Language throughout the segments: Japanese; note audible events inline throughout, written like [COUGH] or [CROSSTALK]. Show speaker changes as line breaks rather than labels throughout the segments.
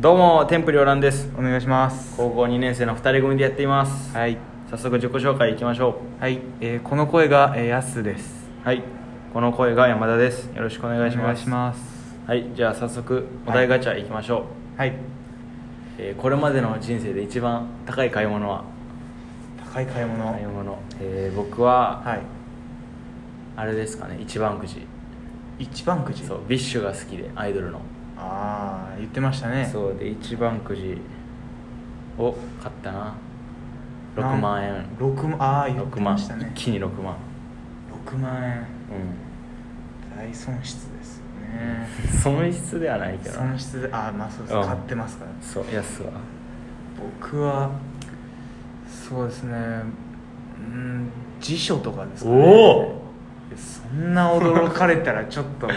どうもテンプリオランです
お願いします
高校2年生の2人組でやっています、
はい
早速自己紹介いきましょ
はい、えーこの声が、えー、やすです
うはいこの声が山田ですよろしくお願いし
お
ます
ます
はいじゃあ早速お題ガチャいきましょう、
はい
えーこれまでの人生で一番高い買い物は
高い買い物は
買い
い、
物、えー僕はあれですかね一番くじ
一番くじ
そうビッシュが好きでアイドルの、
ああ言ってましたね
そうで一番くじを買ったな
なん
6万円
六万ああ言って
6万、
ましたね
一気に6万
六万円
う
大損失ですよね
ん [LAUGHS] 損失ではないけどな
損失ああまあそうです、
うん
買ってますから
そう安は
僕はそうですねうん辞書とかですかね
おお
そんな驚かれたらちょっと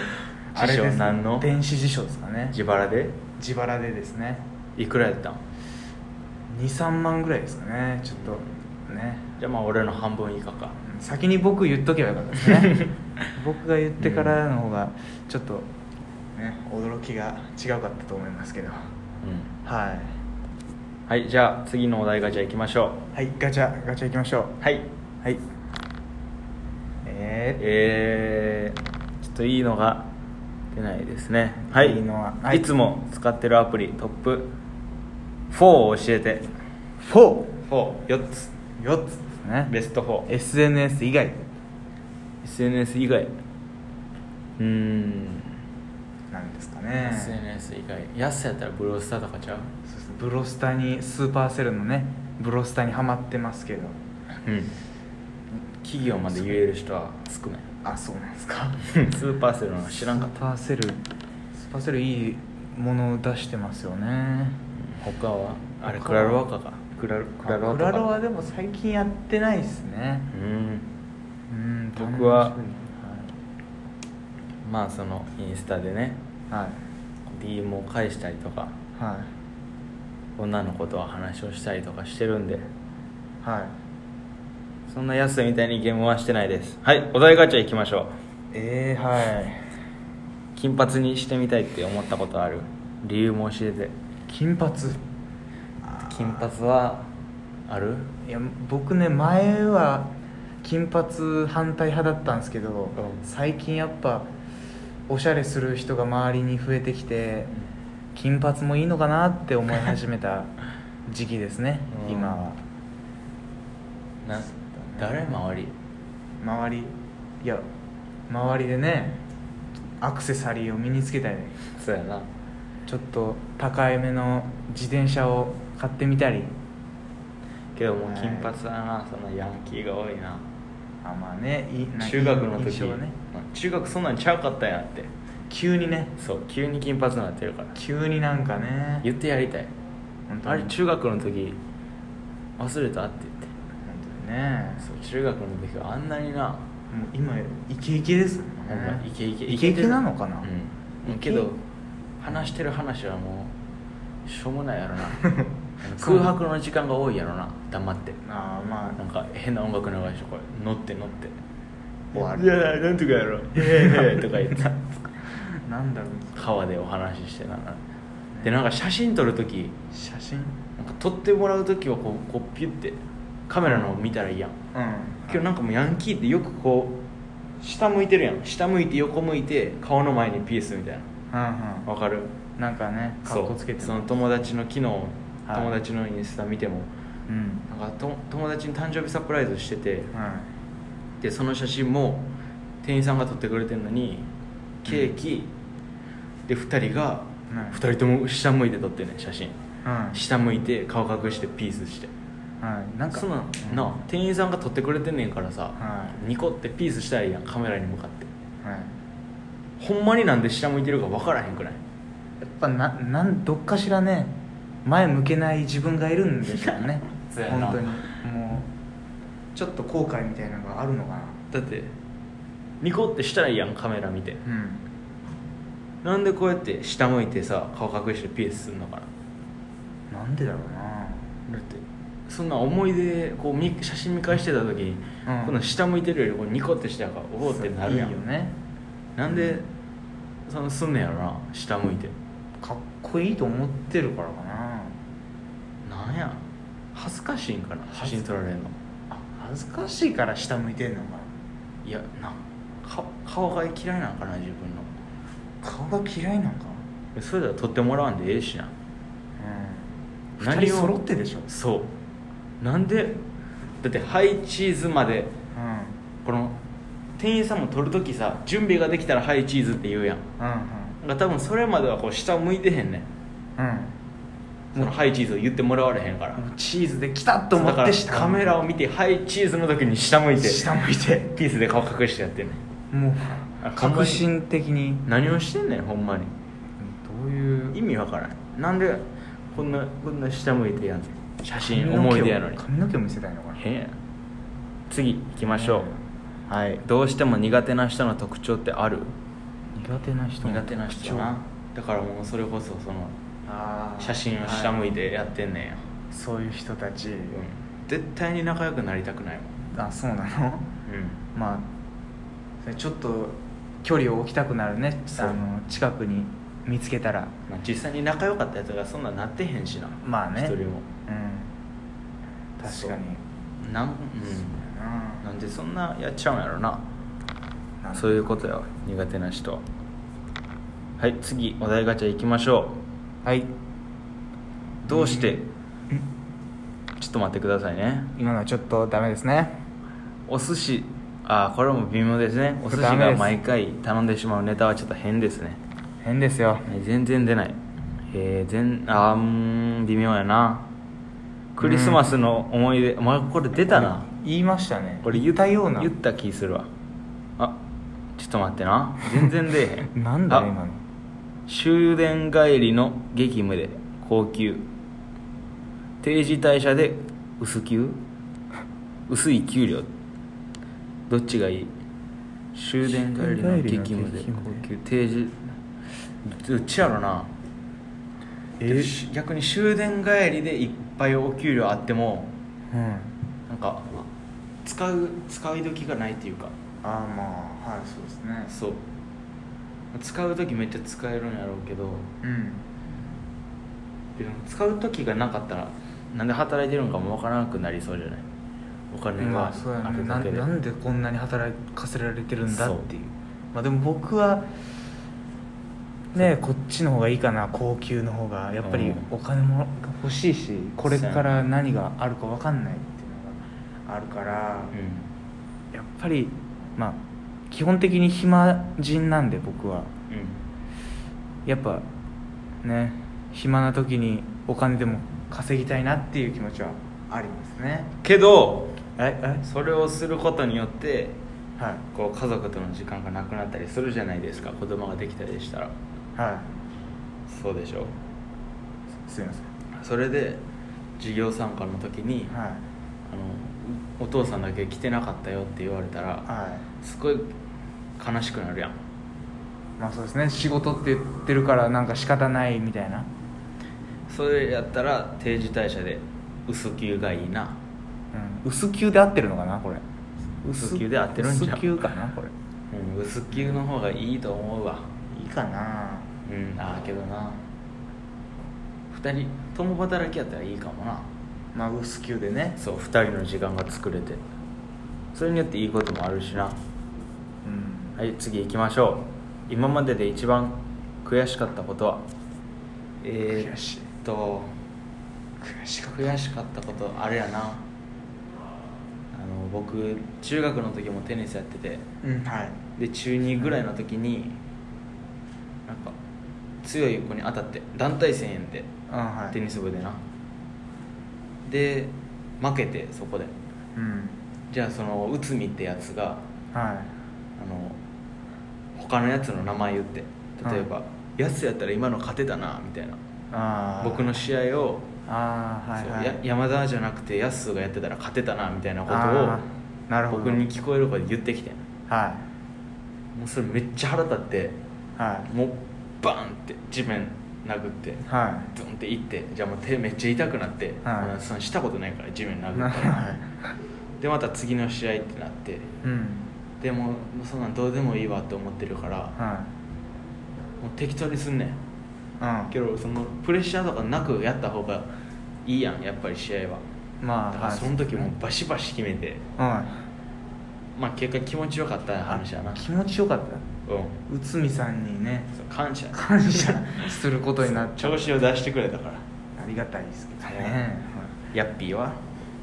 あれです、
辞書何の
電子辞書ですかね
自腹で
自腹でですね
いくらやったん
23万ぐらいですかねちょっとね
じゃあまあ俺の半分以下か
うん先に僕言っとけばよかったですね僕が言ってからの方がちょっとね驚きが違うかったと思いますけど
うん
は
はいじゃあ次のお題ガチャいきましょ
いはいガチャガチャいきましょう
うはい
はいえ
えー、ちょっといいのが出ないですねはい、
いいのははいい
つも使ってるアプリトップ4を教えて
ー、
44つ
44つですね
ベスト
SNS 以外
4SNS 以外うーん、
なんですかね
SNS 以外安やったらブロースターとかちゃう
そうですねブロスタにスーパーセルのねブロスタにはまってますけど
うん企業まで言える人は少ない
あそうなんですか
[LAUGHS] スーパーセルの知らんかっ
スー
た
パーセルスーパーセルいいものを出してますよね
他はあれク
他は
ラロワかかクラクラロワ
ク
か
ラロワでも最近やってないですね
うん
うん
僕は
単
まあそのインスタでね
純はい
DM を返したりとか
はい
女の子とは話をしたりとかしてるんで
はい、はい、
そんなやつみたいにゲームはしてないですはいお題ガチャいきましょう
えー、はい
金髪にしてみたいって思ったことある理由も教えて
金髪
金髪はある
いや僕ね前は金髪反対派だったんですけど、最近やっぱおしゃれする人が周りに増えてきて金髪もいいのかなって思い始
[LAUGHS]
めた時期ですね、
うん
今は
な誰周り
周りいや周りでねアクセサリーを身につけたり
そうやな
ちょっと高いめの自転車を買ってみたり
けどもう金髪だなそのヤンキーが多いな
あまあねいなんか
中学の時
印象はね
中学そんなんちゃうかったんやって
急にね
そう急に金髪になってるから
急になんかね
言ってやりたい
本当に
あれ中学の時忘れたって言って
本当にね
そう中学の時はあんなにな
もう今イケイケですもん
ほんま
ね
イケイケ
イケイケなのかな
うん
イケ
けど話してる話はもうしょうもないや
[LAUGHS]
ろな
そう
空白の時間が多いやろな黙って
ああま
なんか変な音楽流してこれ乗って乗って
終わる
いやなんとかやろイエーイ [LAUGHS] とか言って
あなんだろう
川でお話ししてなでなんか写真撮る時
写真うん
なんか撮ってもらう時はこうこうピュってカメラのを見たらいいやんけどなんかもうヤンキーってよくこう下向いてるやん下向いて横向いて顔の前にピースみたい
うん
なわかる
うんなんかねかっこつけて
そうその友達の機能
はい
友達のインスタ見ても、
うん
なんかと友達に誕生日サプライズしてて
は
でその写真も店員さんが撮ってくれてるのにケーキ、で2人が
はい
2人とも下向いて撮ってね写真
いはい
下向いて顔隠してピースして
はいなんか
そんなん
うん
なあ店員さんが撮ってくれてんねんからさ、
は
ニコってピースしたらいいやんカメラに向かって
いはい
ほんまになんで下向いてるか分からへんくない
やっぱななんどっかしらね前向けない自分がいるんでしょうね
[LAUGHS] そうやな
本当にもうちょっと後悔みたいなのがあるのかな
だってニコってしたらいいやんカメラ見て
うん
なんでこうやって下向いてさ顔隠してピースすんのかな
なんでだろ
だってそんな思い出こう見写真見返してた時に、
うな、うん、
この下向いてるよりこうニコってしたからおおってなるやん
いいよね
なんでそのすんねやろな下向いて
かっこいいと思ってるからかな
なんや恥ずかしいんかな写真撮られるの
あ恥ずかしいから下向いてんのか
いやなんか顔が嫌いなんかな自分の
な顔が嫌いなんか
それだら撮ってもらわんでええしな
うん
何を
2人揃ってでしょ
そうなんでだってハイチーズまで
うん
この店員さんも撮るときさ準備ができたらハイチーズって言うやん
うん
だから多分それまではこう下向いてへんねん
うん
そのハイチーズを言ってもらわれへんから
うんもうチーズで来たと思
だか
っ
ら
て下
カメラを見てハイチーズの時に下向いて
下向いて
ピースで顔隠してやってんねん
もう
あほんまに
革新的に
何をしてんねんほんまに
どういう
意味わからんなんでこんなこんな下向いてやんの写真思い出やのに
髪の毛を見せたいのかな
変やな次行きましょう
はい
どうしても苦手な人の特徴ってある
苦手な人
苦手な人なだからもうそれこそその
あー
写真を下向い
は
てやってんねんや、
そういう人たち、
うん絶対に仲良くなりたくないもん
あそうな
う
の
ん
まあそれちょっと距離を置きたくなるね
そ
あ
う
の近くに見つけたら
まあ、実際に仲良かったやつがそんなんなってへんしな
まあね
一人も
うん確かに
なん、
う
うんん、なんでそんなやっちゃうんやろな
なん
そういうことよ苦手な人はい次お題ガチャ行きましょ
はい、
うどうして
うん
ちょっと待ってくださいね
今のはちょっとダメですね
お寿司あーこれも微妙ですねお寿司
ダメ
が
です
毎回頼んでしまうネタはちょっと変ですね
変ですよ
はい全然出ないえー、全あーうーん微妙やなクリスマスの思い出、まあ、これ出たな
言いましたね
これ
言ったような
言った気するわあちょっと待ってな全然出えへん
[LAUGHS] なんだ
あ
よ今の
終電帰りの激務で高級定時退社で薄給薄い給料どっちがいい終電帰りの激務で
終電帰りの激務
高
で
級定時どっちやろな、
え
でもし逆に終電帰りでいっぱいお給料あっても
うん
なんか使う使い時がないっていうか
ああまあはいそうですね
そう使う時めっちゃ使えるんやろうけど
うん
でも使う時がなかったらなんで働いてるのかもわからなくなりそうじゃないお金
ま
が
あそうや
あ
ね
る
な
だけ
ん
で、
なんでこんなに働かせられてるんだっていうまあでも僕はねこっちの方がいいかな高級の方がやっ
う
ぱり
ん
お金も欲しいしこれから何があるか分かんないっていうのがあるから、やっぱりまあ基本的に暇人なんで僕は
うんうん
やっぱね暇な時にお金でも稼ぎたいなっていう気持ちはありますね
けど
ええ
それをすることによって
はい
こう家族との時間がなくなったりするじゃないですか子供ができたりしたら
は
そうでしょ
いすいません
それで授業参加の時に、
はい
あのお父さんだけ来てなかったよって言われたら
はい
すごい悲しくなるやん
まあそうですね仕事って言ってるからなんか仕方ないみたいな
それやったら定時退社で薄給がいいな
うん薄給で合ってるのかなこれ
薄給で合ってるんじゃん
薄給かなこれ
うん薄給の方がいいと思うわ
いいかな
うんああけどな2人共働きやったらいいかもな
まあ薄給でね
そう2人の時間が作れてそれによっていいこともあるしな
うん
はい次行きましょう今までで一番悔しかったことはえ
悔しい
ー、っと
悔しかった
悔しかったことあれやなあの僕中学の時もテニスやってて
うんはい
で中2ぐらいの時になんか強い子に当たって団体戦やんで
うんは
テニス部でなで負けてそこで
うん
じゃあその内海ってやつが
は
あの他のやつの名前言って例えば、やつやったら今の勝てたなみたいない
ああ
僕の試合を、
ああはい
そ
はい
うや山田じゃなくてやすがやってたら勝てたなみたいなこ
あーなる
と
ほ
を
ど
僕に聞こえる声で言ってきてん
は
もうそれめっちゃ腹立って
いはい
もうバーンって地面殴って
は
ドンっていってじゃあもう手めっちゃ痛くなって、
はい
もうそのしたことないから地面
い
殴
な
ったら
[LAUGHS] はい
でまた次の試合ってなって
うん
でももうそんなんどうでもいいわって思ってるからも
は
う適当にすんねん
いうん
けどそのプレッシャーとかなくやった方がいいやんやっぱり試合はだ
ま
か
あ
らその時も
う
うんバシバシ決めてまあ結果気持ちよかった話やな
気持ちよかった
うん
内海さんにね
そう感謝
感謝することになっちゃう
調子を出してくれたから
ありがたいですけどね、
はいヤッピーは
は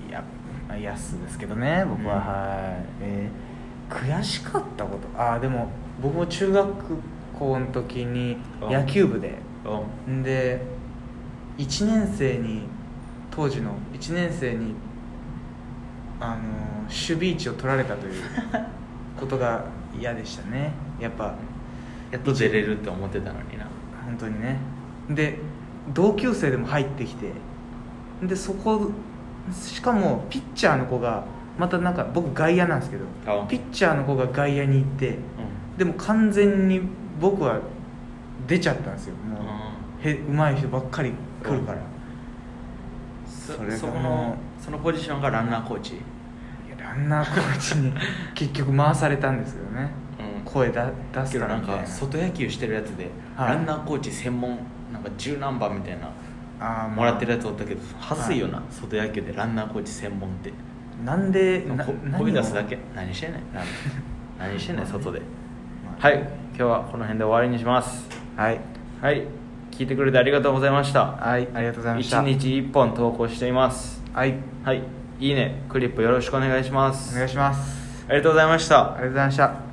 い、やまあ安ですけどね僕は、
うん
はい、えー悔しかったことああでも僕も中学校の時に
うん
野球部で、
うん
で1年生に当時の1年生にあの守備位置を取られたということが嫌でしたねやっぱ
やっと出れるって思ってたのにな
本当にねで同級生でも入ってきてでそこしかもピッチャーの子がまたなんか僕外野なんですけど
あ
ピッチャーの子が外野に行って
う
でも完全に僕は出ちゃったんですよ
ん
もう
うん
へうまい人ばっかり来るから、
うんそ
それが
そこ
も
のそのポジションがランナーコーチ
いやランナーコー
[LAUGHS]
チに結局回されたんですけどね
うん
声だ出
け
す
ど
か
な
ら
ん
みたいな
か外野球してるやつで、
はい
ランナーコーチ専門なんか10ナンバーみたいな
あー
もらってるやつおったけど恥ずいよな、
は
外野球でランナーコーチ専門って
なんでな
こ
何を
声出すだけ何してんね [LAUGHS] んな何してんねん
まあね
外で
まあ
はい今日はこの辺で終わりにします
はい
はい聞いてくれてありがとうございました
はいありがとうございました
1日1本投稿しています
はい
はいいいねクリップよろしくお願いします
お願いします
ありがとうございました
ありがとうございました